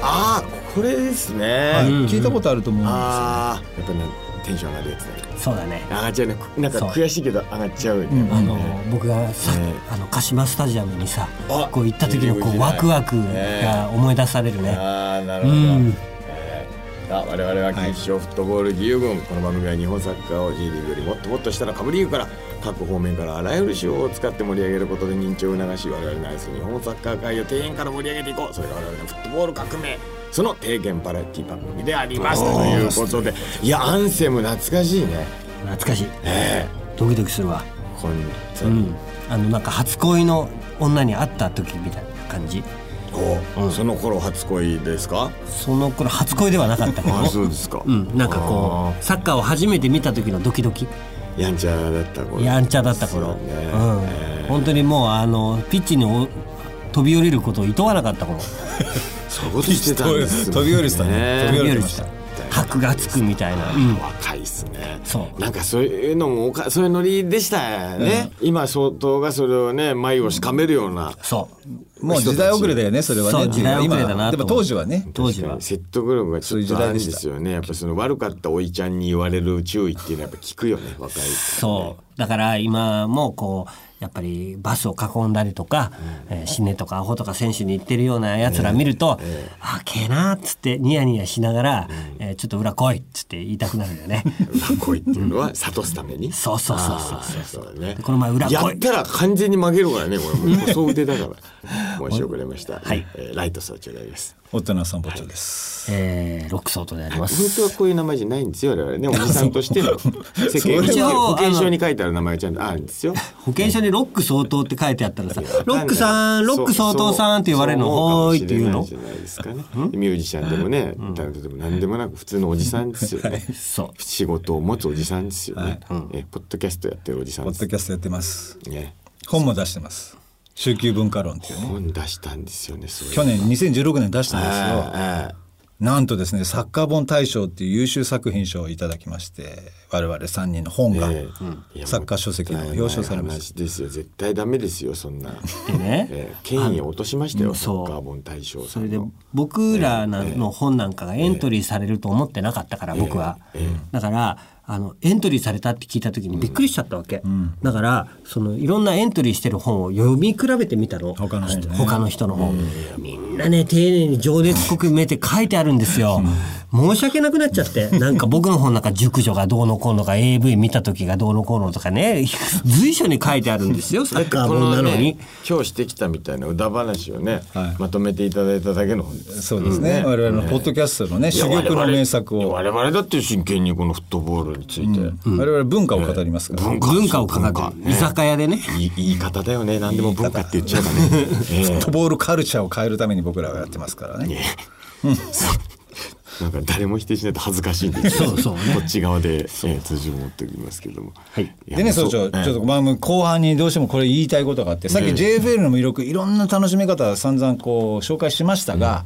ああこれですね、はいあ聞いたことあると思うんあーやっぱねテンション上がるやつだよそうだねああじゃあねこなんかそう悔しいけど上がっちゃうよね、うんあの僕がさ、ねあの鹿島スタジアムにさあこう行った時のこ入り口うだワクワクねが思い出されるねああなるほど、うんえーさあ我々は決勝フットボール義勇軍、この番組は日本サッカーを J リーグよりもっともっと下の下部リーグから各方面からあらゆる手法を使って盛り上げることで認知を促し我々の愛する日本サッカー界を底辺から盛り上げていこうそれが我々のフットボール革命その提言パラエティ番組でありますということでいやアンセム懐かしいね懐かしいえドキドキするわえ本当うに、んあのなんか初恋の女に会った時みたいな感じおその頃初恋ですかその頃初恋ではなかったけどあそうですか、うん、なんかこあうサッカーを初めて見た時のドキドキやんちゃだった頃やんちゃだったそ頃、うねうんええ本当にもうあのピッチにお飛び降りることを厭わなかっ た頃そういうこと言ってたんですよ飛び降りてたね飛び降りてました箔がつくみたいな、うん若いっすねそうなんかそういうのもおかそういうノリでしたよね、今相当がそれをね眉をしかめるような、そうもう時代遅れだよねそれはねそう時代遅れだな今でとも当時はね当時は説得力がちそうょいっう時とあるん代ででしたすよねやっぱその悪かったおいちゃんに言われる注意っていうのはやっぱ聞くよね若いそうだから今もこうやっぱりバスを囲んだりとか、えー死ねとかアホとか選手に言ってるようなやつら見ると、あけえなっつってニヤニヤしながら、えーちょっと裏来いっつって言いたくなるよ ね恋っていうのは諭すためにそうそうそうそうあーそうだねこの前裏来いやったら完全に負けるからねこれもう細腕だから申し遅れました、はいえーライト総長です大人散歩長です えーロックソートでありま本す当はこういう名前じゃないんですよ我々ねおじさんとしての世間一応保険証に書いてある名前がちゃんとあるんですよ保険証にロック相当って書いてあったらさ「ロックさわんロかなッいク相当さん」って言われるの「はーい」って言うのそそうかもしれないじゃないですかねミュージシャンでもねタレントでも何でもなく普通のおじさんですよねそう仕事を持つおじさんですよねえポッドキャストやってるおじさんポでッすドキャストやってますね本も出してます週休文化論っていうね本出したんですよねそういう去年2016年出したんですよああなんとですねサッカー本大賞っていう優秀作品賞をいただきまして我々3人の本がええいやサッカー書籍のもう表彰されまし話ですよ絶対ダメですよそんなでねええ権威を落としましたよサそうッカー本大賞さそんれので僕らの本なんかがエントリーされると思ってなかったから僕はだからあのエントリーされたって聞いた時にびっくりしちゃったわけ、だからそのいろんなエントリーしてる本を読み比べてみたの他の本ね他の人の本、みんなね丁寧に情熱濃く見えて書いてあるんですよ、申し訳なくなっちゃってなんか僕の本なんか熟女がどうのこうのとか AV 見た時がどうのこうのとかね随所に書いてあるんですよサッカーこ本の なのにね。今日してきたみたいな裏話をね、はいまとめていただいただけの本ですたそうですね、我々のポッドキャストのねいや珠玉の名作を我々我々だって真剣にこのフットボールについて、我々文化を語りますから、文文化を掲文化げて居酒屋でねい い言い方だよね何でも文化って言っちゃうからね、えフットボールカルチャーを変えるために僕らはやってますからね。 えなんか誰も否定しないと恥ずかしいんでそうそうねこっち側で、ええ、通常持っておきますけども、はいやでねそ総う長、ええちょっとまあもう後半にどうしてもこれ言いたいことがあってさっき JFL の魅力いろんな楽しみ方散々こう紹介しましたが、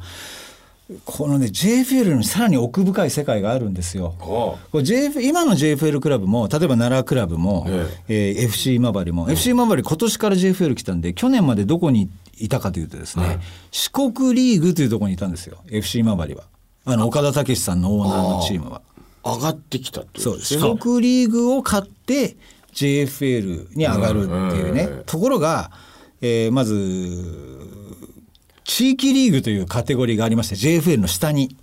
このね JFL にさらに奥深い世界があるんですよ。ほこれ JF 今の JFL クラブも例えば奈良クラブも、ええー FC 今治も、FC 今治今年から JFL 来たんで去年までどこにいたかというとですね、四国リーグというところにいたんですよ FC 今治はあの岡田武史さんのオーナーのチームは。上がってきたってそうです四よね国リーグを買って JFL に上がるっていうね、ところが、えーまず地域リーグというカテゴリーがありまして JFL の下に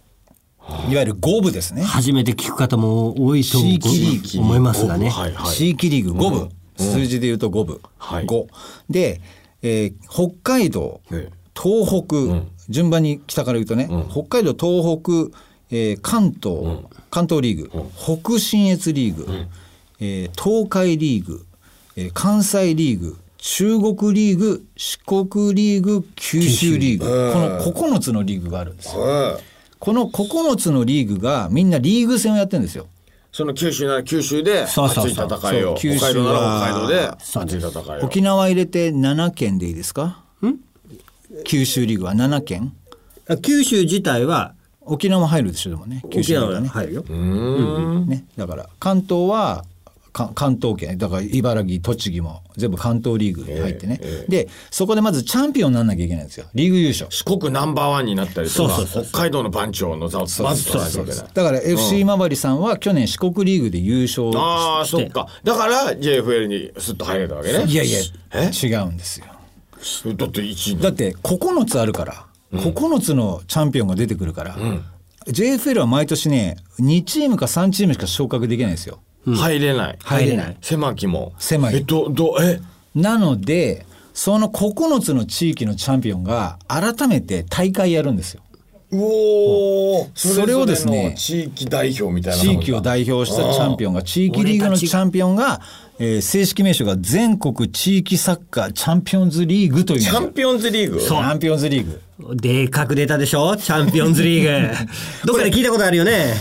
いわゆる5部ですね、初めて聞く方も多いと地域リーグ思いますがね。はいはい地域リーグ5部、数字で言うと5部、はい5で、えー北海道、ええ東北、順番に北から言うとね、北海道東北、えー関東、関東リーグ、北信越リーグ、えー東海リーグ、えー関西リーグ中国リーグ四国リーグ九州リーグ、この9つのリーグがあるんですよ。ええこの9つのリーグがみんなリーグ戦をやってるんですよ。その九州なら九州で熱そうそうそうい戦いそをう九州北は海道なら北海道でそうで熱い戦いを沖縄入れて7県でいいですか九州リーグは7県九州自体は沖縄も入るでしょでもね九州リーグはね入るよ。うーんねだから関東はか関東圏だから茨城栃木も全部関東リーグに入ってね、えええでそこでまずチャンピオンにならなきゃいけないんですよリーグ優勝四国ナンバーワンになったりとかそうそうそうそう北海道の番長の座をまず取らなきゃいけないだから FC 今治さんは去年四国リーグで優勝ああそっかだから JFL にスッと入れたわけねいやいやえ違うんですよだって1位にだって9つあるから、9つのチャンピオンが出てくるから、JFL は毎年ね2チームか3チームしか昇格できないんですよ入れない入れない狭きも狭いえどどえなのでその9つの地域のチャンピオンが改めて大会やるんですようおーそれをですねそれぞれの地域代表みたいなも地んだ域を代表したチャンピオンが地域リーグのチャンピオンが、えー正式名称が全国地域サッカーチャンピオンズリーグというんでチすよャンピオンズリーグチャンピオンズリーグでかく出たでしょチャンピオンズリー グどっかで聞いたことあるよね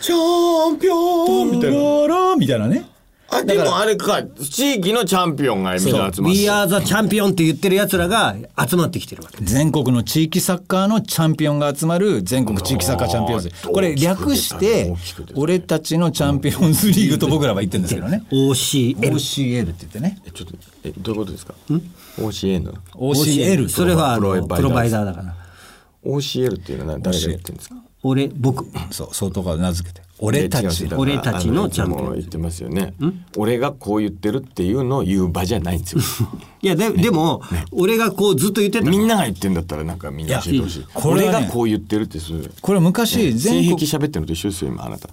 チャンピオンみたいなロロみたいなねあでもあれか地域のチャンピオンがみんな集まって We are the champion って言ってる奴らが集まってきてるわけ全国の地域サッカーのチャンピオンが集まる全国地域サッカーチャンピオンズうわーこれ略して大きく出たね俺たちのチャンピオンズリーグと僕らは言ってるんですけどね OCL OCL って言ってねえちょっとえどういうことですか OCN の OCL それはあのプロバイダープロバイダーだから OCL っていうのは誰が言ってるんですか俺僕そうそうとか名付けて俺たちえ違う違う俺たちのチャンピあいつオンも言ってますよね俺がこう言ってるっていうのを言う場じゃないんですよ いやででも俺がこうずっと言ってたみんなが言ってんだったらなんかみんな教えてほしいいやこれはね俺がこう言ってるってするこれ昔全性国癖喋ってるのと一緒ですよ今あなた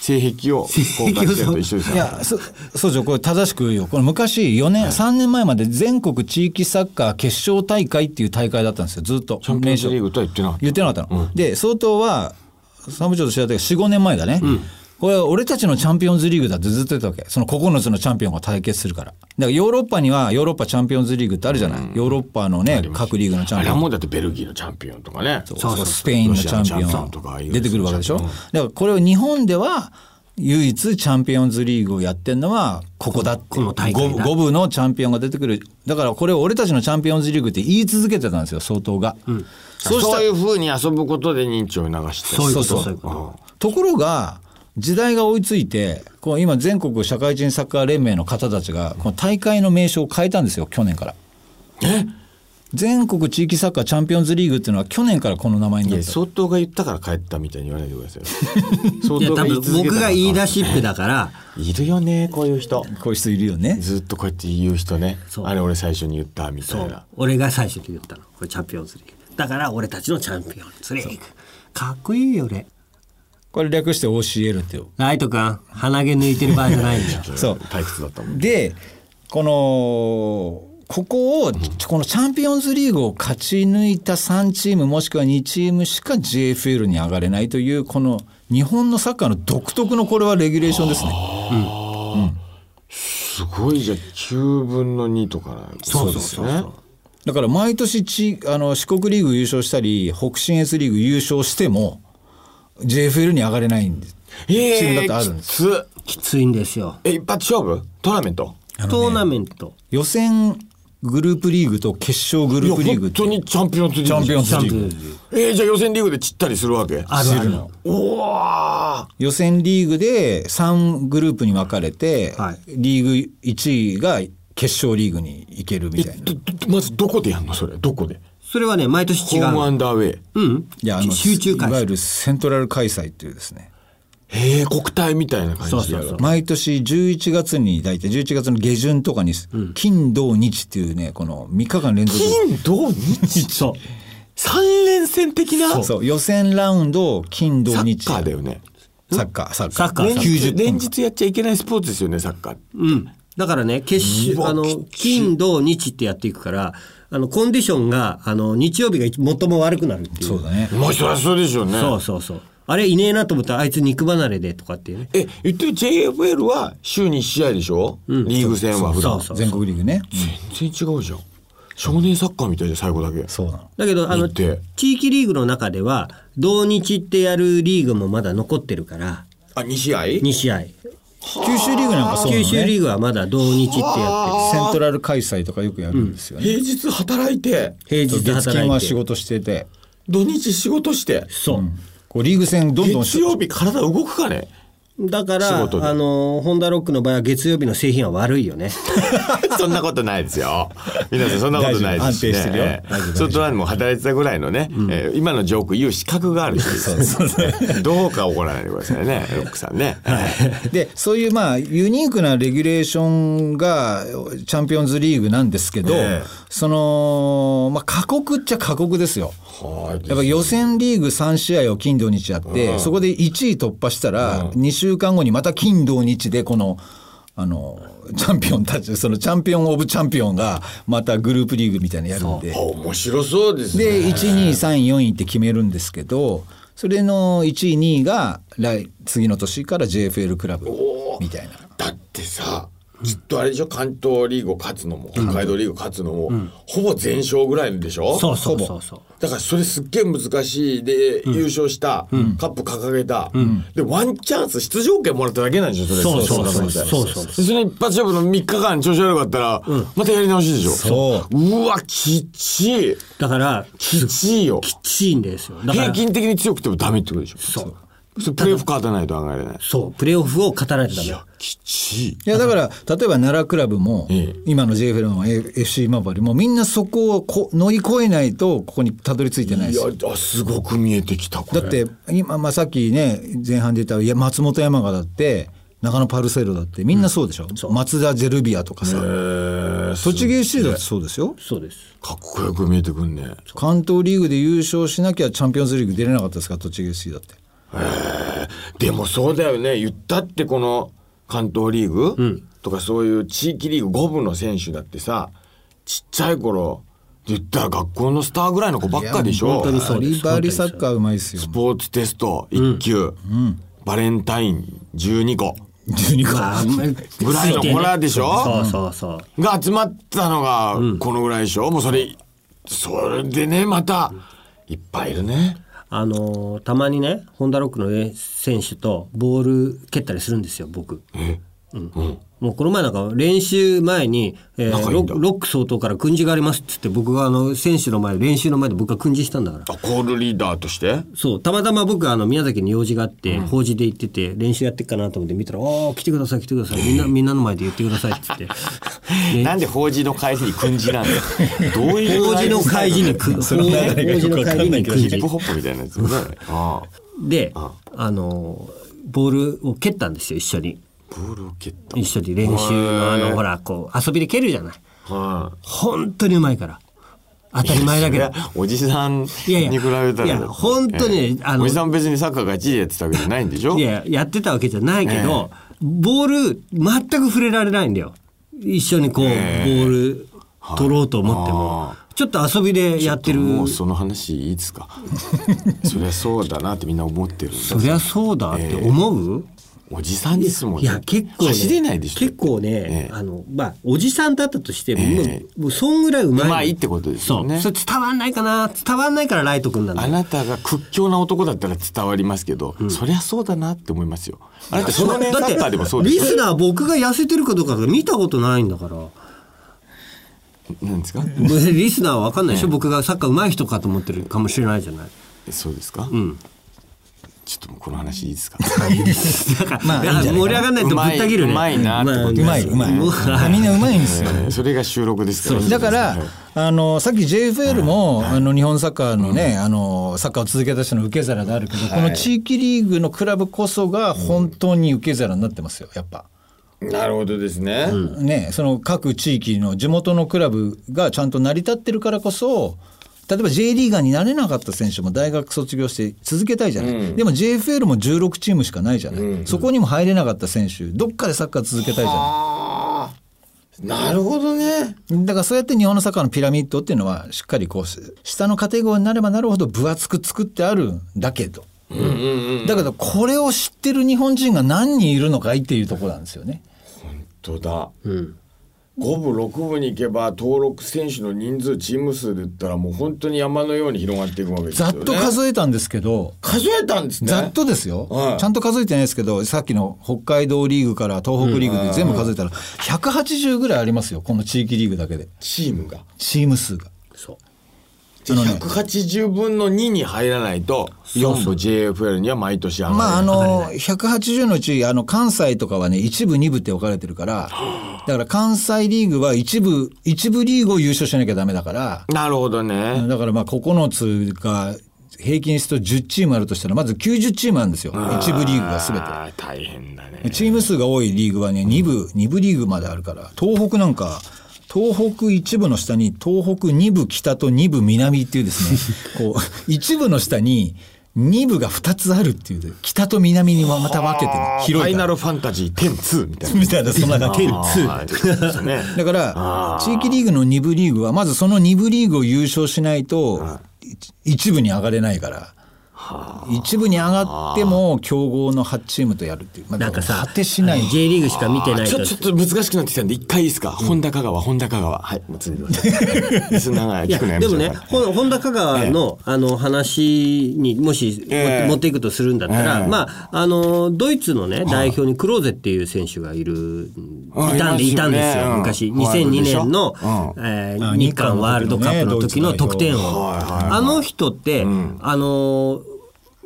性癖 を交換してるのと一緒ですよいや、そ、そうじゃ、これ正しく言うよ。これ昔、四年、三年前まで全国地域サッカー決勝大会っていう大会だったんですよ。ずっと。チャンピオンズリーグとは言ってなかった言ってなかったの。で、相当は、サム長と知らない四五年前だね。これ俺たちのチャンピオンズリーグだってずっと言ってたわけ。その9つのチャンピオンが対決するから。だからヨーロッパにはヨーロッパチャンピオンズリーグってあるじゃない。ヨーロッパのね、各リーグのチャンあピれオンは。もうだってベルギーのチャンピオンとかねそうそうスペインのチャンピロシアオのチャンピオンとかン出てくるわけでしょだからこれを日本では唯一チャンピオンズリーグをやってるのはここだってこの大会だ 5, 部のチャンピオンが出てくるだからこれを俺たちのチャンピオンズリーグって言い続けてたんですよ相当が、そそううしたいうふうに遊ぶことで認知を促してそういうことそうそういうことところが時代が追いついてこう今全国社会人サッカー連盟の方たちがこの大会の名称を変えたんですよ去年から全国地域サッカーチャンピオンズリーグっていうのは去年からこの名前にないっやた相当が言ったから帰ったみたいに言わないでくださいよ相 いや当が多言分い続けた僕からが言い出しっぺだからいるよねこういう人こういう人いるよねずっとこうやって言う人ねそうあれ俺最初に言ったみたそいうな俺が最初に言ったのこれチャンピオンズリーグだから俺たちのチャンピオンズリーグかっこいいよ俺これ略して OCL ってよライト君鼻毛抜いてる場合じゃないんだよそう退屈だったもんでこのここを、このチャンピオンズリーグを勝ち抜いた3チームもしくは2チームしか JFL に上がれないというこの日本のサッカーの独特のこれはレギュレーションですね。すごいじゃあ9分の2とかなんですねそうそうそうそうだから毎年ちあの四国リーグ優勝したり北信越リーグ優勝しても JFL に上がれないんです。チームだえってあるーんきですつきついんですよえ一発勝負トーナメントトーナメント予選グループリーグと決勝グループいリやーグ本って当にチャンピオンズリーグチャンピオンズリーグ。えー、じゃあ予選リーグで散ったりするわけあるあるのおー予選リーグで3グループに分かれて、はいリーグ1位が決勝リーグに行けるみたいな。どどまずどこでやんのそれどこでそれはね毎年ホ違ームアうンダーウェイうんいやあの集中いわ会ゆるセントラル開催っていうですねへえ国体みたいな感じでやるそうそう毎年11月に大体11月の下旬とかに、金土日っていうねこの3日間連続金土日そう三連戦的なサそう予選ラウンド金土ッ日カーだよねサッカーサッサッカー連日90分連日やっちゃいけないスポーツですよねサッカーうん、だからね決う勝わあのきつい金土日ってやっていくからあのコンディションがあの日曜日が一最も悪くなるっていうそうだねまあそりゃそうでしょうねそうそうそうあれいねえなと思ったらあいつ肉離れでとかっていうねえ言ってる JFL は週に1試合でしょ、リーグ戦は普段そう全国リーグね全然違うじゃん少年サッカーみたいじゃん最後だけそうなのだけどあの見て地域リーグの中では同日ってやるリーグもまだ残ってるからあ2試合2試合九州リーグなんかそうなの九ね州リーグはまだ同日ってやっセントラル開催とかよくやるんですよね、平日働いててる平月日で金働はい仕て事してて土日仕事してそう、こうリーグ戦どんどん月曜日体動くかねだから、あ仕事での、ホンダロックの場合は月曜日の製品は悪いよね。 そんなことないですよ。皆さんそんなことないですし、ね。大丈夫安定してるよええ大丈夫大丈夫ソフトランも働いてたぐらいのね、ええ今のジョーク言う資格がある人ですね。どうか怒らないでくださいね、ロックさんね。でそういうまあユニークなレギュレーションがチャンピオンズリーグなんですけど、ええその、まあ、過酷っちゃ過酷ですよ。はいやっぱ予選リーグ3試合を金土日やって、そこで1位突破したら、2週間後にまた金土日でこの。あのチャンピオンたちそのチャンピオン・オブ・チャンピオンがまたグループリーグみたいなのやるんで面白そうですね。で1234位って決めるんですけどそれの1位2位が来次の年から JFL クラブみたいな。だってさ、ずっとあれでしょ、関東リーグを勝つのも、北海道リーグを勝つのも、ほぼ全勝ぐらいでしょそうそうそうそう。だからそれすっげえ難しいで、優勝した、カップ掲げた、でワンチャンス出場権もらっただけなんでしょそれそうそうのそうみたいなそうそうでそれ一発勝負の3日間調子悪かったら、またやり直しでしょそううわきちいだから、きちいよきちいんですよ。だか平、ら均的に強くてもダメってことでしょそうそれプレーオフカードないと上がれないそう、プレーオフを勝たないとダメ。きちいいやだから例えば奈良クラブも今の JFL の FC 今治もみんなそこをこ乗り越えないとここにたどり着いてないでいすやよ。あすごく見えてきたこだれって今、まあ、さっきね前半で言ったいや松本山雅だって中野パルセイロだってみんなそうでしょ、松田ゼルビアとかさ、栃木 FC だってそうですよそうです。かっこよく見えてくんね関東リーグで優勝しなきゃチャンピオンズリーグ出れなかったですから栃木 FC だって。でもそうだよね言ったってこの関東リーグ、とかそういう地域リーグ5部の選手だってさちっちゃい頃言ったら学校のスターぐらいの子ばっかでしいやょ本当にそうですバリバリサッカーうまいですよス。ポーツテスト1級、バレンタイン12個 12個あんまりぐらいの子らでしょそうそうそう。が集まったのがこのぐらいでしょ、もうそれそれでねまたいっぱいいるね。あのーたまにねホンダロックの選手とボール蹴ったりするんですよ僕、うんもうこの前なんか練習前に、えー仲いいロんだロック総統から訓示がありますっつって僕があの選手の前練習の前で僕が訓示したんだからあコールリーダーとしてそうたまたま僕あの宮崎に用事があって、法事で行ってて練習やってっかなと思って見たら「おー来てください来てくださいみんなみんなの前で言ってください」っ つってでなんで法事の開示に訓示なんだよ。 どういう法事の会議にく 法それは誰が事よくのわかん会議ないにけど訓ヒ示ップホップみたいなやつね。ああで、あのボールを蹴ったんですよ一緒にボールを蹴った。一緒に練習のあのほらこう遊びで蹴るじゃないは本当にうまいから当たりい。前だけどそれはおじさんに比べたらだっていやいや本当にねええあのおじさん別にサッカーがチでやってたわけじゃないんでしょいややってたわけじゃないけど、ボール全く触れられないんだよ一緒にこう、ボール取ろうと思っても、ちょっと遊びでやってるもうその話いいですかそりゃそうだなってみんな思ってるんだそりゃそうだって思う、おじさんですもんいや結構ね走れないでしょ結構ね、あのまあおじさんだったとしても、もうもうそんぐらいうまいのうまいってことですよねそうそれ伝わんないかな伝わんないからライト君なんだあよなたが屈強な男だったら伝わりますけど、そりゃそうだなって思いますよあなた少年サッカーでもそうでリすよスナー僕が痩せてるかどうか見たことないんだ からなんですかリスナーは分かんないでしょ、僕がサッカー上手い人かと思ってるかもしれないじ ゃないそうですか、んちょっともうこの話いいですかだから,、まあいいんじゃないかな盛り上がらないとぶった切るねうまいなってことうまいうまい。 みんなうまいんですよ。えーそれが収録ですからだからはい、あの、さっき JFL も、あの、日本サッカーのね、あの、サッカーを続けた人の受け皿であるけど、この地域リーグのクラブこそが本当に受け皿になってますよ、やっぱ。なるほどですね、ね、その各地域の地元のクラブがちゃんと成り立ってるからこそ例えば J リーガーになれなかった選手も大学卒業して続けたいじゃない、でも JFL も16チームしかないじゃない、そこにも入れなかった選手どっかでサッカー続けたいじゃないあーなるほどねだからそうやって日本のサッカーのピラミッドっていうのはしっかりこうし下のカテゴリーになればなるほど分厚く作ってあるんだけど、だけどこれを知ってる日本人が何人いるのかいっていうところなんですよね。本当だ、5部6部に行けば登録選手の人数チーム数で言ったらもう本当に山のように広がっていくわけですざよねっと数えたんですけど、数えたんですねざっとですよ、はいちゃんと数えてないですけどさっきの北海道リーグから東北リーグで全部数えたら180ぐらいありますよこの地域リーグだけでチームがチーム数が。そうあのね180分の2に入らないと4部 JFL には毎年上がる、まああの180のうちあの関西とかはね一部二部って分かれてるからだから関西リーグは一部一部リーグを優勝しなきゃダメだからなるほどね、だからまあ9つが平均すると10チームあるとしたらまず90チームなんですよ一部リーグが全て。あー大変だねチーム数が多いリーグはね、2部、2部リーグまであるから、東北なんか、東北一部の下に、東北2部北と2部南っていうですね、こう、一部の下に、2部が2つあるっていう、北と南にままた分けてね、ファ広いイかナら。ルファンタジー102みたいなみたいな、そんな感じ。あーそうですねだかあら、ー地域リーグの2部リーグは、まずその2部リーグを優勝しないと、一部に上がれないから。一部に上がっても、強豪の8チームとやるっていう。まあなんかさ果てしない J リーグしか見てないちとょちょっと難しくなってきたんで一回いいですか、本田香川本田香川はいもう次どうぞリスナーがいや聞くのやめちゃでもうからねほ本田香川の,、あの話にもし、ええ持っていくとするんだったら、ええまあ、あのドイツの、ね、代表にクローゼっていう選手がいるあいたんでいますよねいたんですよ昔うんワールド2002でしょ年の、うんえーあ日韓ワールドカップの時の得点日王、はいはいはいあの人って、あの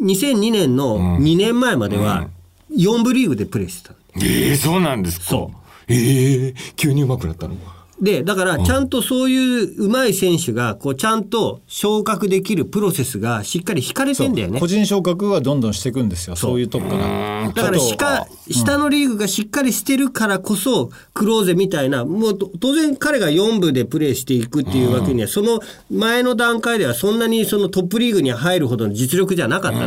2002年の2年前までは4部リーグでプレーしてたのええそうなんですかそうええ急にうまくなったので、だから、ちゃんとそういう上手い選手が、こう、ちゃんと昇格できるプロセスがしっかり引かれてんだよね個。人昇格はどんどんしていくんですよそういうとこからだから、しか、下のリーグがしっかりしてるからこそ、クローゼみたいな、もうと、当然彼が4部でプレーしていくっていうわけには、その前の段階ではそんなにそのトップリーグに入るほどの実力じゃなかった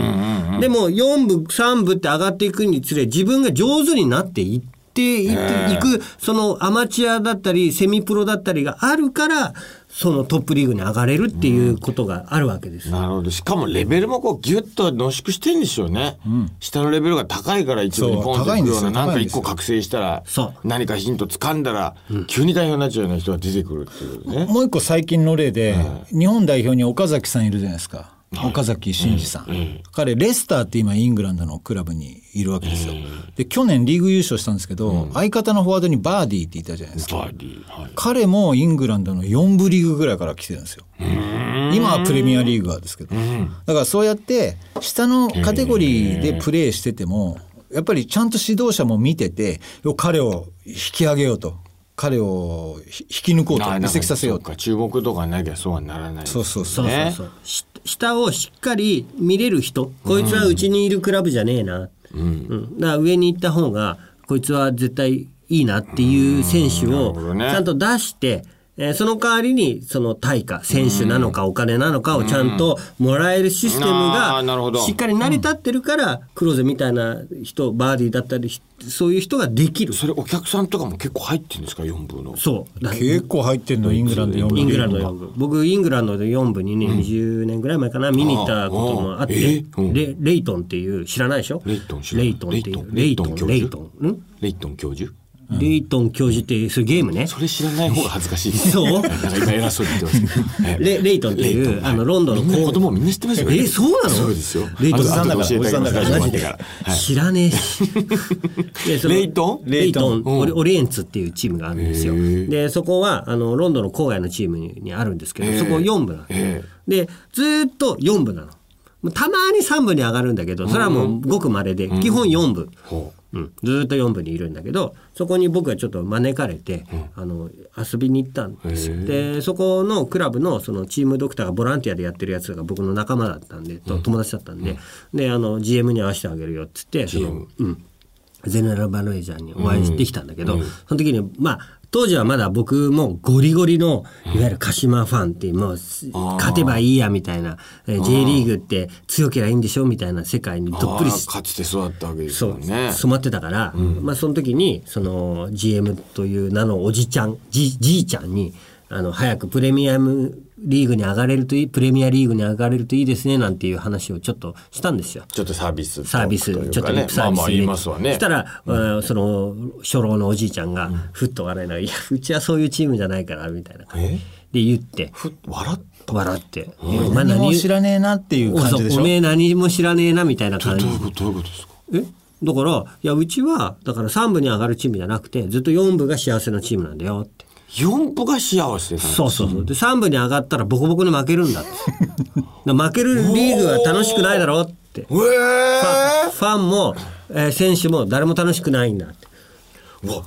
の。でも、4部、3部って上がっていくにつれ、自分が上手になっていって、っていっていく、そのアマチュアだったり、セミプロだったりがあるから、そのトップリーグに上がれるっていうことがあるわけです。なるほどしかもレベルもこうギュッと濃縮してんでしょうね、下のレベルが高いから一度にポンとそう高いいんくでようすなよなん高かいん一ですよ個覚醒したらそう何かヒント掴んだら、急に代表になっちゃうような人が出てくるっていうね、もう一個最近の例で、日本代表に岡崎さんいるじゃないですか、岡崎慎司さん、彼レスターって今イングランドのクラブにいるわけですよ、で去年リーグ優勝したんですけど、相方のフォワードにバーディーっていたじゃないですかバーディーはい彼もイングランドの4部リーグぐらいから来てるんですよ。今はプレミアリーガーですけど。だからそうやって下のカテゴリーでプレーしてても、やっぱりちゃんと指導者も見てて、よ彼を引き上げようと。彼をひ引き抜こうと。あ移籍させようそと。か注目とかなきゃそうはならないそうそうそう。そうそねうそう。し下をしっかり見れる人、こいつはうちにいるクラブじゃねえな。うん。だから上に行った方が、こいつは絶対いいなっていう選手うんなるほをどねちゃんと出して、えーその代わりにその対価選手なのかお金なのかをちゃんともらえるシステムあーがなるほどしっかり成り立ってるからクローゼみたいな人バーディーだったりひそういう人ができるそれお客さんとかも結構入ってるんですか4部のそうだ結構入ってんの、イングランド4部イリングーラングドが4部僕イングランドで4部にね、20年ぐらい前かな見に行ったこともあっああてえうんレレイトンっていう知らないでしょレイトン知らなレいイトンっていうレレイイトトンンレイトンんレイトン教授レイトン教授っていうそういうゲームねそれ知らない方が恥ずかしいそなんうか今偉そうに言ってますけど レレイトンっていうレイトンあのロンドンのみんな子供みんな知ってますよえそうなのそうですよレイトンあとおじさんだから後で教えてあげます後で教えおじさんだからてあげます知らね えしでそのレイトンレイトうンんオリオリエンツっていうチームがあるんですよへえでそこはあのロンドンの郊外のチームににあるんですけへえどそこ4部なのへでずーっと4部なのもうたまに3部に上がるんだけどそれはもうごくまれで基本4部ほうん、ずーっと4部にいるんだけどそこに僕はちょっと招かれて、あの遊びに行ったんですよへえでそこのクラブのそのチームドクターがボランティアでやってるやつが僕の仲間だったんで、と友達だったんで,、であの GM に会わせてあげるよっつってその、うん、ゼネラルマネージャーにお会いしてきたんだけど、その時にまあ当時はまだ僕もゴリゴリのいわゆる鹿島ファンっていうもうす勝てばいいやみたいなえー J リーグって強けりゃいいんでしょみたいな世界にうどっぷりあしーかつて育ったわけですそもうんね染まってたから、まあ、その時にその GM という名のおじちゃんじじいちゃんにあの早くプレミアムリーグに上がれるといいプレミアリーグに上がれるといいですねなんていう話をちょっとしたんですよ。ちょっとサービスサービス、トークちょっとというかねねサービスまあまあ入れて、言いますわねそしたら、うんその初老のおじいちゃんがふっと笑いながら「いやうちはそういうチームじゃないから」みたいな感じでえ言ってふ笑っ笑って「お前何も知ねらねえなっていう感じでしおょ。めえ何も知らねえな」みたいな感じどうでいうことどういうことですかえだからいやうちはだから3部に上がるチームじゃなくてずっと4部が幸せなチームなんだよって4歩が幸せだそうそうそうで3部に上がったらボコボコに負けるんだってだから負けるリーグは楽しくないだろうってうえファンも、えー選手も誰も楽しくないんだってー、うわ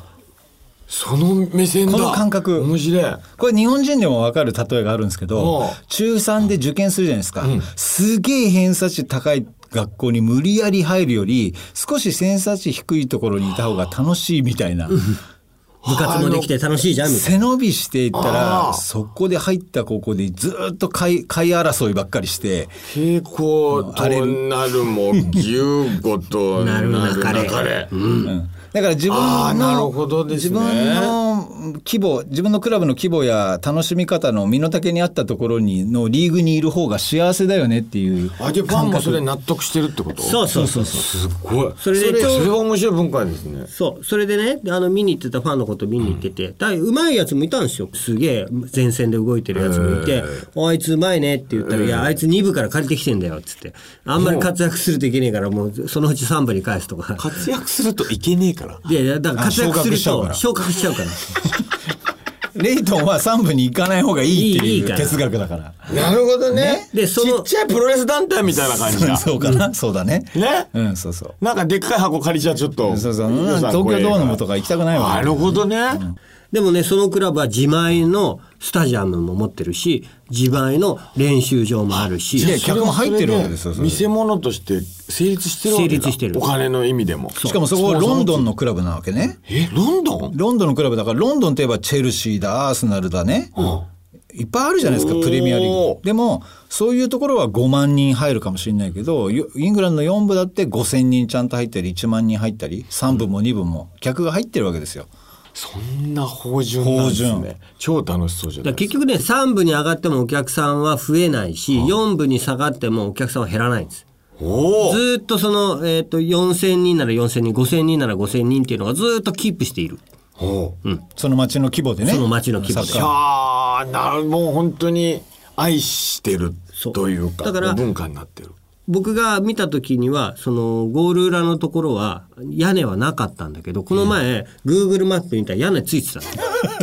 その目線だこの感覚面白いこれ日本人でも分かる例えがあるんですけおどう中3で受験するじゃないですか、すげえ偏差値高い学校に無理やり入るより少し偏差値低いところにいた方が楽しいみたいな部活もできて楽しいじゃんみたい背伸びしていったあーらそこで入った高校でずーっと貝貝争いばっかりして蛍光となるも牛ご となるなかれなるうんだから自分あーのなるほどですね自分の規模自分のクラブの規模や楽しみ方の身の丈に合ったところにのリーグにいる方が幸せだよねっていうあじゃあファンもそれ納得してるってことなそうそうそうそうすごいそれそでちょうそれは面白い文化ですねそうそれでねあの見に行ってたファンのこと見に行ってて、だうまいやつもいたんですよすげえ前線で動いてるやつもいて「あいつうまいね」って言ったら「いやあいつ2部から借りてきてんだよ」っつって「あんまり活躍するといけねえからもうそのうち3部に返す」とか。活躍するといけねえからいやいやだから活躍するとあ昇格しちゃ うからレイトンは3部に行かない方がいいっていいいいいかうら哲学だから。なるほどねでそちのっちゃいプロレス団体みたいな感じだ そうかな、そうだね。ねうん、そうそう。なんかでっかい箱借りちゃちょっとそうそう予算東京超えるドらームとか行きたくないわなるほどね、でもねそのクラブは自前のスタジアムも持ってるし自前の練習場もあるしで客も入ってるわけですよそれで見せ物として成立してるわけだ成立してるお金の意味でもしかもそこはロンドンのクラブなわけね。えロンドンロンドンのクラブだから、ロンドンといえばチェルシーだ、アーセナルだね。いっぱいあるじゃないですおか、ープレミアリーグ。でも、そういうところは5万人入るかもしれないけど、よイングランドの4部だって5000人ちゃんと入ったり、1万人入ったり、3部も2部も客が入ってるわけですよ。そんな芳醇なんです芳ね超楽しそうじゃなだいから結局ね3部に上がってもお客さんは増えないし、4部に下がってもお客さんは減らないんですおずおーっとその、えっと4,000人なら4,000人5,000人なら5,000人っていうのがずーっとキープしているほうその街の規模でね。その街の規模でサッいやカーーなるもう本当に愛してるそうというかだから文化になってる僕が見た時にはそのゴール裏のところは屋根はなかったんだけどこの前、Google マップに見たら屋根ついてたの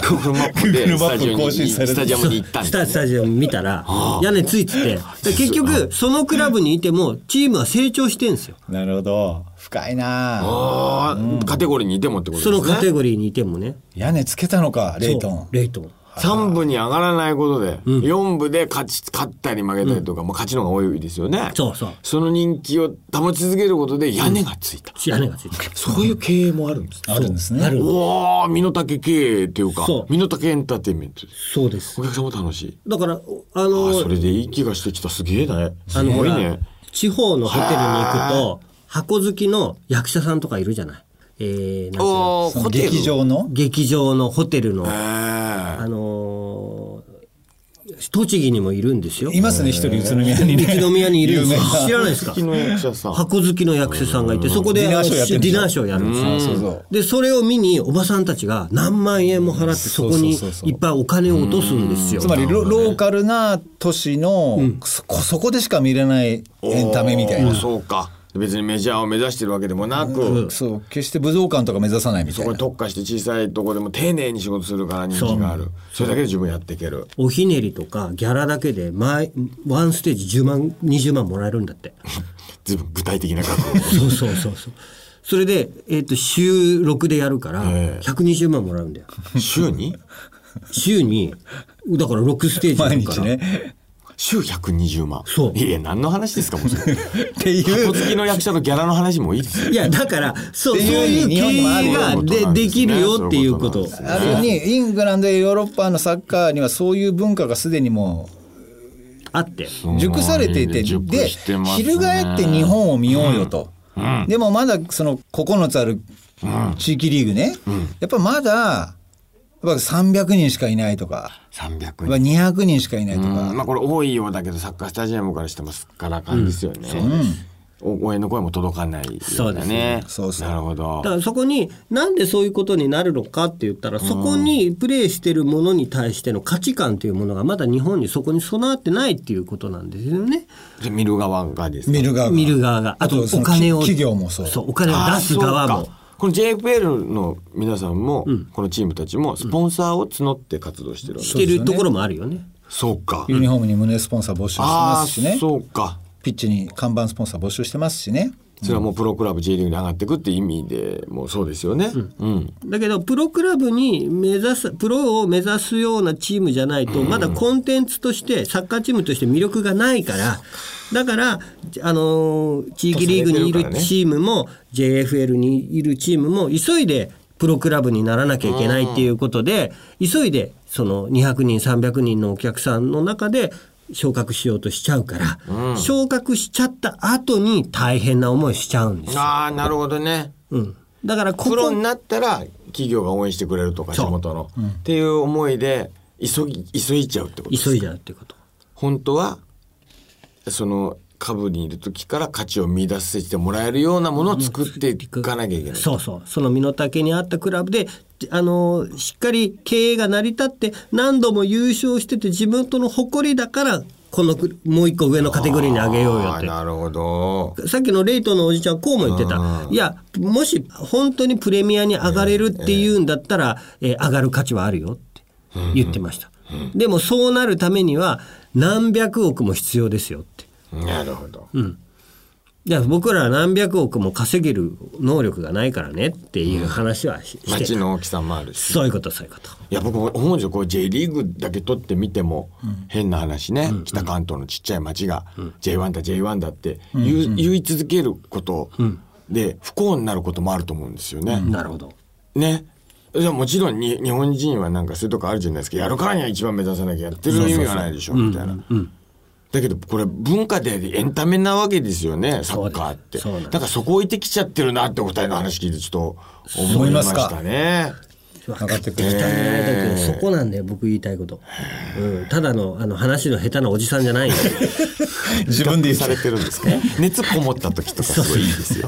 Google マップで Google スマタッジオプに更新されてスタジアムに行ったんスでタすスタジアム見たら屋根ついててだから結局そのクラブにいてもチームは成長してんですよなるほど。深いなあああカテゴリーにいてもってことですそねのカテゴリーにいてもね屋根つけたのか、レイトそンう。レイトン3部に上がらないことで、4部で勝ち勝ったり負けたりとか、まあ、勝ちの方が多いですよねそうそうその人気を保ち続けることで屋根がついた、屋根がついて るそういう経営もあるんですあるんですね。あるおお身の丈経営というかそう身の丈エンターテインメントですそうですお客さんも楽しいだからおああのーそれでいい気がしてきたすげえねあすのほごいら、ね地方のホテルに行くと箱好きの役者さんとかいるじゃない。えー、なんていうのおーそのホテル劇場の劇場のホテルの、えーあのー栃木にもいるんですよ。いますね、一人宇都宮にね。宇都宮にいるんですよ有名な知らないですか好きの役者さん箱好きの役者さんがいてそこでディナーショーやってるデでしょィナーショーやるんですよ。そうそう。でそれを見におばさんたちが何万円も払ってそこにそうそうそうそういっぱいお金を落とすんですよ。つまりロローカルな都市の、そこそこでしか見れないエンタメみたいおーな。そうか別にメジャーを目指してるわけでもなく、そう決して武道館とか目指さないみそたいこなに。特化して小さいとこでも丁寧に仕事するから人気があるそれだけで自分やっていけるおひねりとかギャラだけで毎ワンステージ10万20万もらえるんだってずいぶん具体的な覚悟そうそうそうそうそれで、えっと週6でやるからええ120万もらうんだよ週に週にだから6ステージや毎るから日ね。週120万そういや何の話ですかもうそれってい箱う付きの役者のギャラの話もいいですよいやだからそうそうっていういう経日本もある営よがそういうことなんですでねできるよっていうことそういうことなんですねある意味イングランドやヨーロッパのサッカーにはそういう文化がすでにもあってう熟されていて、熟でしてますね翻って日本を見ようよと。でもまだその9つある地域リーグね、やっぱまだやっぱ300人しかいないとか、 300やっぱ人200人しかいないとか、うんまあこれ多いようだけどサッカースタジアムからしてますから感じですよね、お応援の声も届かないようなそうですねそうそうなるほどだからそこになんでそういうことになるのかって言ったらそこにプレーしてるものに対しての価値観というものがまだ日本にそこに備わってないっていうことなんですよね。じゃあ見る側がですか見る側が見る側があとそのお金をき企業もそうお金を出す側あそうもかこの JFL の皆さんも、このチームたちもスポンサーを募って活動してるわけですしてるところもあるよね。そうかユニフォームに胸スポンサー募集してまああすしねそうかピッチに看板スポンサー募集してますしねそれはもうプロクラブ J リーグに上がっていくって意味でもうそうですよねうんだけどプロクラブに目指すプロを目指すようなチームじゃないとまだコンテンツとしてサッカーチームとして魅力がないからだからあのー地域リーグにいるチームも JFL にいるチームも急いでプロクラブにならなきゃいけないっていうことで急いでその200人300人のお客さんの中で昇格しようとしちゃうから、昇格しちゃった後に大変な思いしちゃうんですよ。ああなるほどねうん、だからここプロになったら企業が応援してくれるとか地そう元のっていう思いで急ぎ急いじゃうってことです急いじゃうっていうこと。本当はその株にいる時から価値を見出してもらえるようなものを作っていかなきゃいけない。そうそうその身の丈に合ったクラブであのしっかり経営が成り立って何度も優勝してて自分との誇りだからこのクもう一個上のカテゴリーに上げようよあっあてなるほど。さっきのレイトンのおじちゃんこうも言ってうたいやもし本当にプレミアに上がれるっていうんだったら、えー上がる価値はあるよって言ってました、でもそうなるためには何百億も必要ですよってなるほど。じゃあ僕らは何百億も稼げる能力がないからねっていう話はし,、して街の大きさもあるし。そういうことそういうこと。いや僕思うんですよこう J リーグだけ取ってみても変な話ね、北関東のちっちゃい町が J1 だ J1 だって言う,、言い続けることで不幸になることもあると思うんですよね。なるほど。ね。じゃあもちろんに日本人はなんかそういうとこあるじゃないですかやるからには一番目指さなきゃやってる意味がないでしょみたいな。だけどこれ文化でありエンタメなわけですよねサッカーってそうですそうなんですだからそこ置いてきちゃってるなってお二人の話聞いてちょっと思思いいまますしかたね。上がってく期る待になれたけどそこなんだよ僕言いたいこと。うん、ただのあの話の下手なおじさんじゃない よ。自分で言うされてるんですか 熱こもった時とかすごいいいですよ。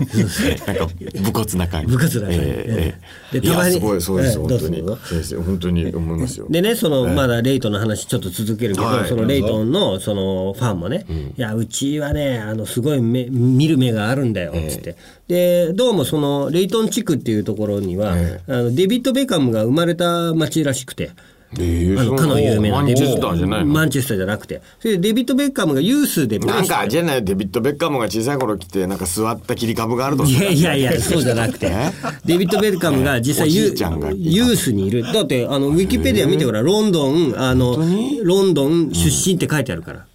なんか武骨な感じ。部活だえね。えええでいたまやにすごいそうですよえ本えどう当ぞにどうぞ先生本当に思いますよ。でねそのまだレイトンの話ちょっと続けるけど、はいそのレイトンのそのファンもね、いやうちはねあのすごい目見る目があるんだよっつって、でどうもそのレイトン地区っていうところには、えあのデビッド・ベカムが生まれた町らしくて。ええあのかの有名なマンチェスターじゃないの。マンチェスターじゃなくてそれでデビッド・ベッカムがユースでプレなーんしかあてれじゃないデビッド・ベッカムが小さい頃来てなんか座った切り株があるとかいやいやいやそうじゃなくてえデビッド・ベッカムが実際おじユいちゃんがーユースにいるだってあのウィキペディア見てごらんロンドンあのロンドン出身って書いてあるから。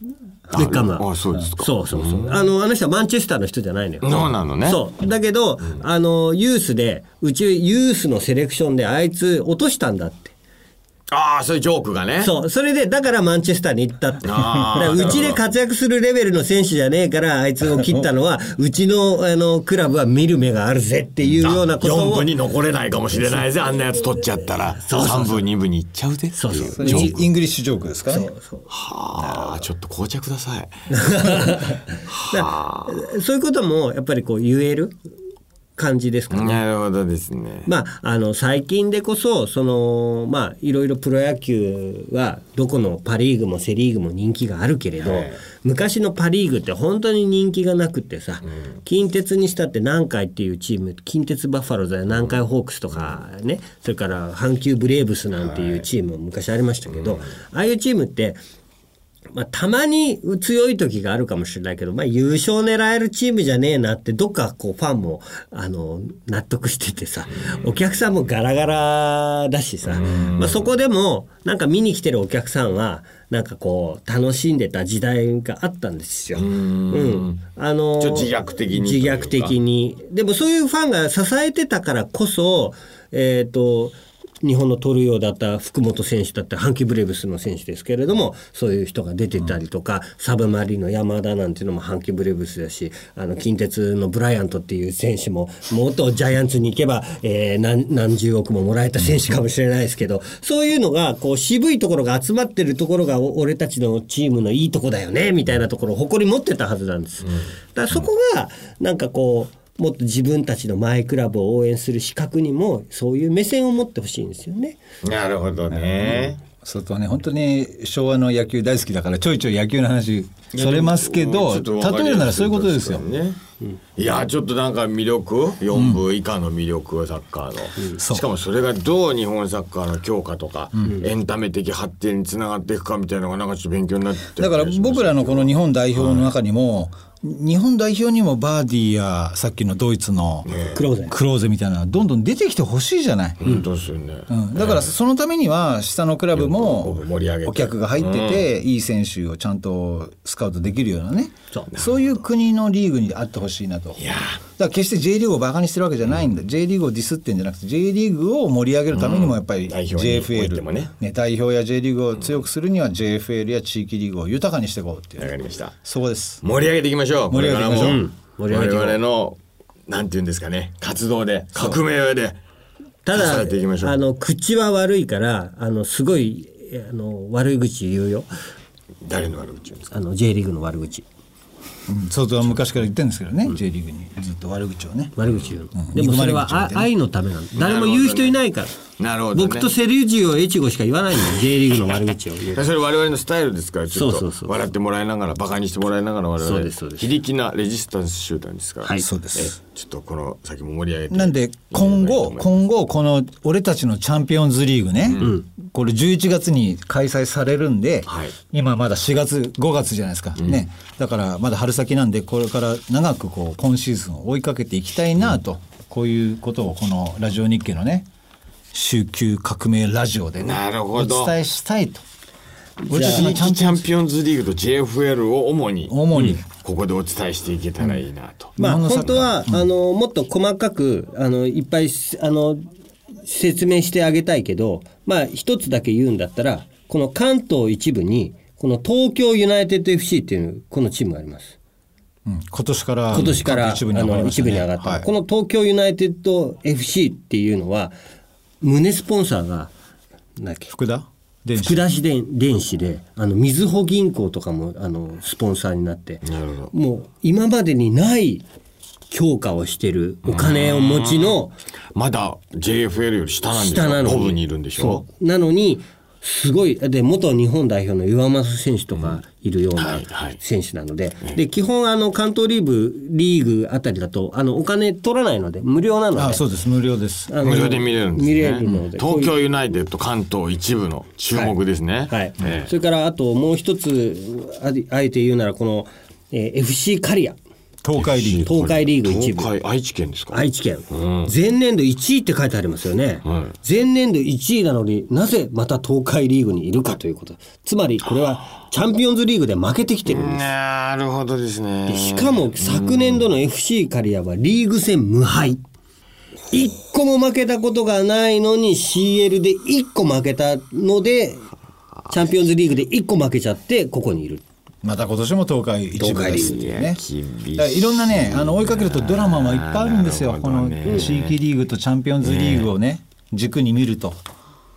ベッカムはあそうですかそうそうそうあのあの人はマンチェスターの人じゃないのよそうなのねそうだけど、あのユースでうちユースのセレクションであいつ落としたんだってああそういうジョークがねそう、それで、だからマンチェスターに行ったって。だあーからうちで活躍するレベルの選手じゃねえから、あいつを切ったのは、うちの、あの、クラブは見る目があるぜっていうようなこと4を分。に残れないかもしれないぜあんなやつ取っちゃったら3分2分に行っちゃうぜってそういうそジョークイングリッシュジョークですからねはあちょっと紅茶くださ いそういうことも、やっぱりこう言える感じですかね。なるほどですねまあ、あの最近でこそその、まあ、いろいろプロ野球はどこのパ・リーグもセ・リーグも人気があるけれど、昔のパ・リーグって本当に人気がなくてさ、近鉄にしたって南海っていうチーム近鉄バファローズや南海ホークスとかね、それから阪急ブレーブスなんていうチームも昔ありましたけど、ああいうチームってまあ、たまに強い時があるかもしれないけど、まあ、優勝狙えるチームじゃねえなってどっかこうファンもあの納得しててさ、お客さんもガラガラだしさ、まあ、そこでもなんか見に来てるお客さんはなんかこう楽しんでた時代があったんですよ。うんあのちょっと自虐的にという自か虐的にでもそういうファンが支えてたからこそえっ、と日本のトルようだった福本選手だった阪急ブレーブスの選手ですけれどもそういう人が出てたりとか、サブマリンの山田なんていうのも阪急ブレーブスだしあの近鉄のブライアントっていう選手も元ジャイアンツに行けば、えー何何十億ももらえた選手かもしれないですけどそういうのがこう渋いところが集まってるところがお俺たちのチームのいいとこだよねみたいなところを誇り持ってたはずなんです。だからそこがなんかこうもっと自分たちのマイクラブを応援する資格にもそういう目線を持ってほしいんですよね。なるほどねそれとね本当に昭和の野球大好きだからちょいちょい野球の話それますけど例えるならそういうことですよ。ね、いやちょっとなんか魅力4部以下の魅力サッカーの、しかもそれがどう日本サッカーの強化とか、エンタメ的発展につながっていくかみたいなのがなんかちょっと勉強になってだから僕らのこの日本代表の中にも、日本代表にもバーディーやさっきのドイツのクローゼンクローゼみたいなのどんどん出てきてほしいじゃない。本当ですよね、うんだからそのためには下のクラブも盛り上げてお客が入ってていい選手をちゃんとスカウトできるようなねそういう国のリーグにあってほしいなといやだから決して J リーグをバカにしてるわけじゃないんだ、J リーグをディスってんじゃなくて J リーグを盛り上げるためにもやっぱり代表において JFL、もねね代表や J リーグを強くするには JFL や地域リーグを豊かにしていこうっていわうかりましたそこです。盛り上げていきましょう盛り上げていきましょううんこれからも我々のなんて言うんですかね活動で革命でた支だえていきましょうあの口は悪いからあのすごいあの悪い口言うよ誰の悪口言うんですかあの J リーグの悪口うん相当昔から言ってるんですけどね、J リーグにずっと悪口をね。悪口言うの、うんでもそれは憎まれ口みたあいな愛のためなの誰も言う人いないからなるほどね僕とセリュジオ越後しか言わないのよ J リーグの悪口を言うそれ我々のスタイルですからちょっそうそうとそう笑ってもらいながらバカにしてもらいながら我そ々うですそうです非力なレジスタンス集団ですから、はいそうですえちょっとこの先も盛り上げてなんで今後い今後この俺たちのチャンピオンズリーグね、これ11月に開催されるんで、はい今まだ4月5月じゃないですか、ねだからまだ春先なんでこれから長くこう今シーズンを追いかけていきたいなと、こういうことをこのラジオ日経のね週休革命ラジオでねなるほどお伝えしたいと俺たち地のチャ域ンピチオャンンピオンズリーグと JFL を主に主に、ここでお伝えしていけたらいいなと、まあ、日本のサ本ッカ当ーは、あのもっと細かくあのいっぱいあの説明してあげたいけど、まあ、一つだけ言うんだったらこの関東一部にこの東京ユナイテッド FC っていうこのチームがあります。うん今年から今年から、一部に上あがりのまし一た部ねに上がった、はいこの東京ユナイテッド FC っていうのは胸スポンサーがなんだっけ福田電子福田市電電子であのみずほ銀行とかもあのスポンサーになってなるほどもう今までにない強化をしてるお金を持ちのまだ JFL より下なんでしょ下なの5に部にいるんでしょそうなのにすごいで元日本代表の岩政選手とかいるようはないはい選手なので,、で基本あの関東リーグリーグあたりだとあのお金取らないので無料なのであそうです無料ですあの無料で見れるんですね見れるので東京ユナイテッド関東一部の注目ですね、はいえそれからあともう一つああえて言うならこの、えー FC 刈谷東海リーグえ東海リーグ一部東海愛知県ですか愛知県、前年度1位って書いてありますよね、は前年度1位なのになぜまた東海リーグにいるかということつまりこれはチャンピオンズリーグで負けてきてるんです、なるほどですねしかも昨年度の FC 刈谷はリーグ戦無敗一個も負けたことがないのに CL で一個負けたのでチャンピオンズリーグで一個負けちゃってここにいるまた今年も東海一部ですっていうね東海リーグいや厳しいだからいろんなねあの追いかけるとドラマはいっぱいあるんですよ、なるほこどのね地域リーグとチャンピオンズリーグをね軸に見ると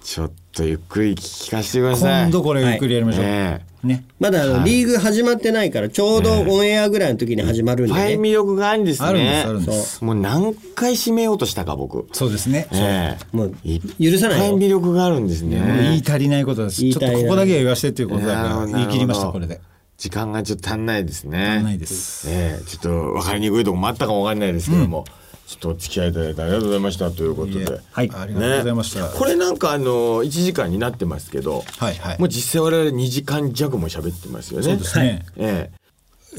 ちょっとゆっくり聞かせてください今度これゆっくりやりましょう、ねねまだあのリーグ始まってないからちょうどオンエアぐらいの時に始まるんでいっぱいね魅力があるんですねあるんですあるんですそうもう何回締めようとしたか僕そうですね、ええもう許さないっぱいよ魅力があるんですねもう言い足りないことです言いちょ足っりないとここだけは言わせてっていうことだかなるほらど言い切りましなたるほこどれで時間がちょっと足んないですね足んないですええちょっと分かりにくいとこもあったかも分かんないですけども、ちょっとお付き合いいただいてありがとうございましたということではいありがとうございました、これなんかあの1時間になってますけど、はいはいもう実際我々2時間弱も喋ってますよね。そうですねええ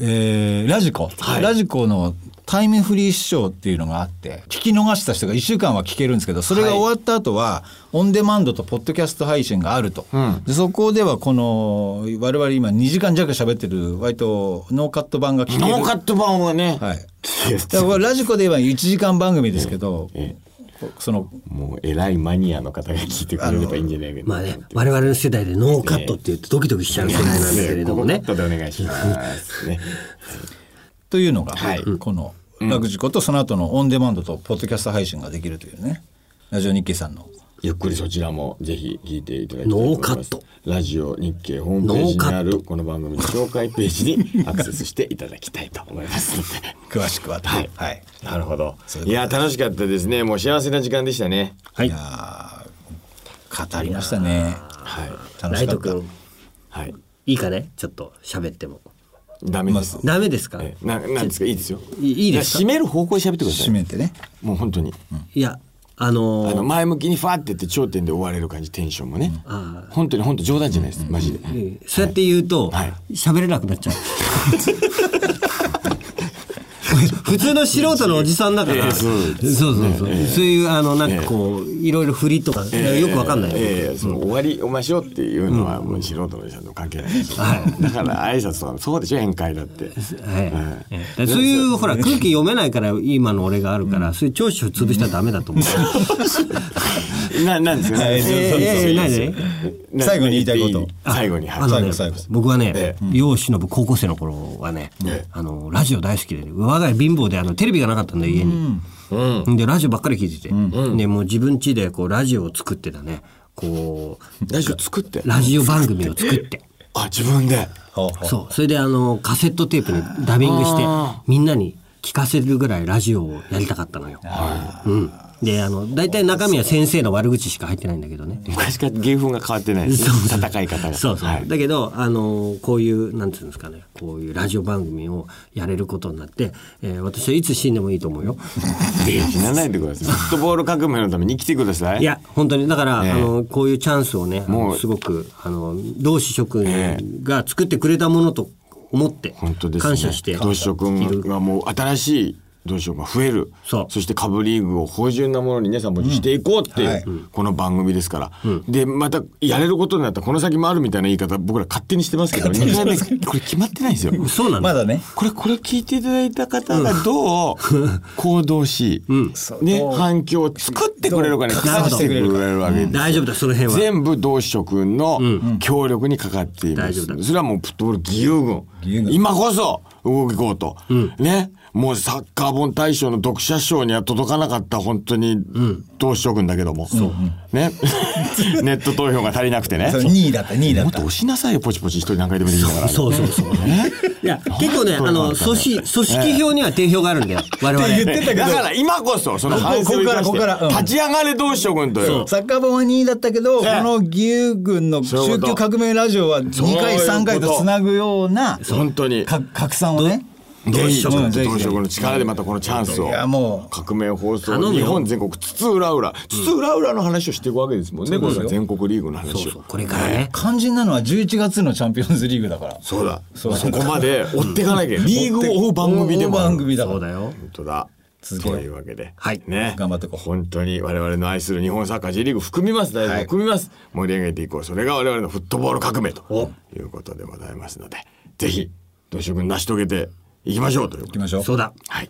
えーラジコ、はいラジコのタイムフリー視聴っていうのがあって聞き逃した人が1週間は聞けるんですけどそれが終わった後は、オンデマンドとポッドキャスト配信があると、でそこではこの我々今2時間弱喋ってる割とノーカット版が聞けるノーカット版はね、はい、だからこれラジコで言えば1時間番組ですけど、そのもう偉いマニアの方が聞いてくれればいいんじゃないかな。まあね、我々の世代でノーカットって言うとドキドキしちゃう世代なんですけれどもねノー。カットでお願いしますね。というのが、はいこのラグジコとその後のオンデマンドとポッドキャスト配信ができるというねラジオ日経さんの ゆっくりそちらもぜひ聞いていただきたいと思います。ノーカットラジオ日経ホームページにあるこの番組の紹介ページにアクセスしていただきたいと思い ますので。詳しくはと、はいはいなるほどそういうことですいや楽しかったですねもう幸せな時間でしたねはいい。やー語りましたね。はい楽ラしイかトった君はいいいかねちょっと喋ってもダメです、ダメですかえななんですかいいですよいいいですかや締める方向で喋ってくださ締いめてねもう本当に、いやあのーあの前向きにファーって言って頂点で終われる感じテンションもね、あ本当に本当冗談じゃないです、マジで、うんそうやって言うとはい喋、れなくなっちゃう 普通の素人のおじさんだから、ええそそううそうそう、そういうあのなんかこう、いろいろ振りとか、よくわかんない、ええええその終わりおましょうっていうのはもう素人の人と関係ないですよ、だから挨拶とかもそうでしょ宴会だっ てはいだからそういうほら空気読めないから今の俺があるから、そういう長所を潰したらダメだと思う。ななんですか、はいそうそうそうええないねな最後に言いたいことあ最後にあはのいね最後最後僕はね、え世を忍ぶ高校生の頃はね、ええあのラジオ大好きで我が家貧乏であのテレビがなかったんだよ家に、でラジオばっかり聞いてて、でもう自分家でこうラジオを作ってたねこうラジオ作ってラジオ番組を作ってあ自分でほうほうそうそれであのカセットテープにダビングしてみんなに聞かせるぐらいラジオをやりたかったのよ、うん、であの大体中身は先生の悪口しか入ってないんだ けどね昔から芸風が変わってないですね戦い方がそうそう、はいだけどあのこういうなんていうんですかねこういうラジオ番組をやれることになって、えー私はいつ死んでもいいと思う よ死なないでくださいフットボール革命のために生きてくださいいや本当にだから、ええあのこういうチャンスをねあのもうすごくあの同志職員が作ってくれたものと思って本当です、ね、感謝して、同志社君がもう新しい同志社が増えるそうして株リーグを芳醇なものにねサポートしていこうっていう、この番組ですから、でまたやれることになったらこの先もあるみたいな言い方僕ら 勝手にしてますけど2回目これ決まってないんですよそうなんだ、まだねこれこれ聞いていただいた方がどう行動し、ね反響を作ってくれるかねどう感じてくれるわけですよ大丈夫だその辺は全部同志諸君の協力にかかっていま大す、丈夫だそれはもうフットボール義勇軍今こそ動こうと、ねもうサッカー本大賞の読者賞には届かなかった本当に同志諸君だけども、ね ネット投票が足りなくてねそれ2位だった2位だもっっとた押しなさいよポチポチ一人何回でもできるからそうそうそういや結構ねあの組織組織票には定評があるんだよ我々って言ってたけどだから今こそその反省を生かここしからここからてうん立ち上がれ同志諸君というサッカー本は2位だったけど、こええの義勇軍のそういう宗こと教革命ラジオは2そういう回こと3回とつなぐような本当にか拡散をね。同志ぜ諸ひ君ぜひ同志諸君の力でまたこのチャンスをいやも革命放送頼むよ日本全国津々浦々津々浦々の話をしていくわけですもんねこれすよが全国リーグのそう話そうをこれからねう肝心なのは11月のチャンピオンズリーグだから。そうだそこまで追っていかなきゃリーグを追う番組でもあ大番る組だかそうら。だよ本当だ続けよとういうわけで、はいね、頑張っていこう本当に我々の愛する日本サッカー J リーグ含みます、大事含みます、盛り上げていこう、それが我々のフットボール革命ということでございますので、ぜひ、同志君成し遂げていきましょうということ行きましょう。そうだはい。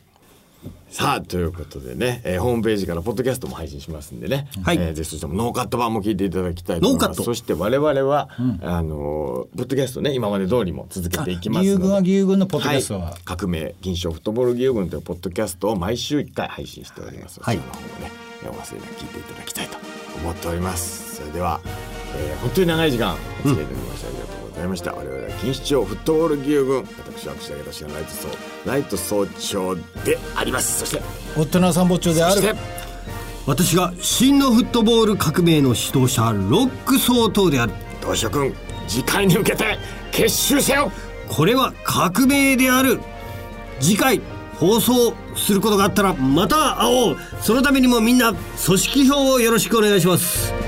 さあということでね、えーホームページからポッドキャストも配信しますんでね、はいえーぜひそしてもノーカット版も聞いていただきたいと思いますノーカットそして我々は、あのーポッドキャストね今まで通りも続けていきますので義勇軍は義勇軍のポッドキャストは。い、革命銀賞フットボール義勇軍というポッドキャストを毎週1回配信しております、はいそちらの方もねえーお忘れなく聞いていただきたいと思っておりますそれでは、えー本当に長い時間お付き合いいただきましてありがとうございました、我々は錦糸町フットボール義勇軍私は串揚げ出しのライト総ライト総長でありますそして大人参謀長であそしてる。私が真のフットボール革命の指導者ロック総統である同志君次回に向けて結集せよこれは革命である次回放送することがあったらまた会おうそのためにもみんな組織票をよろしくお願いします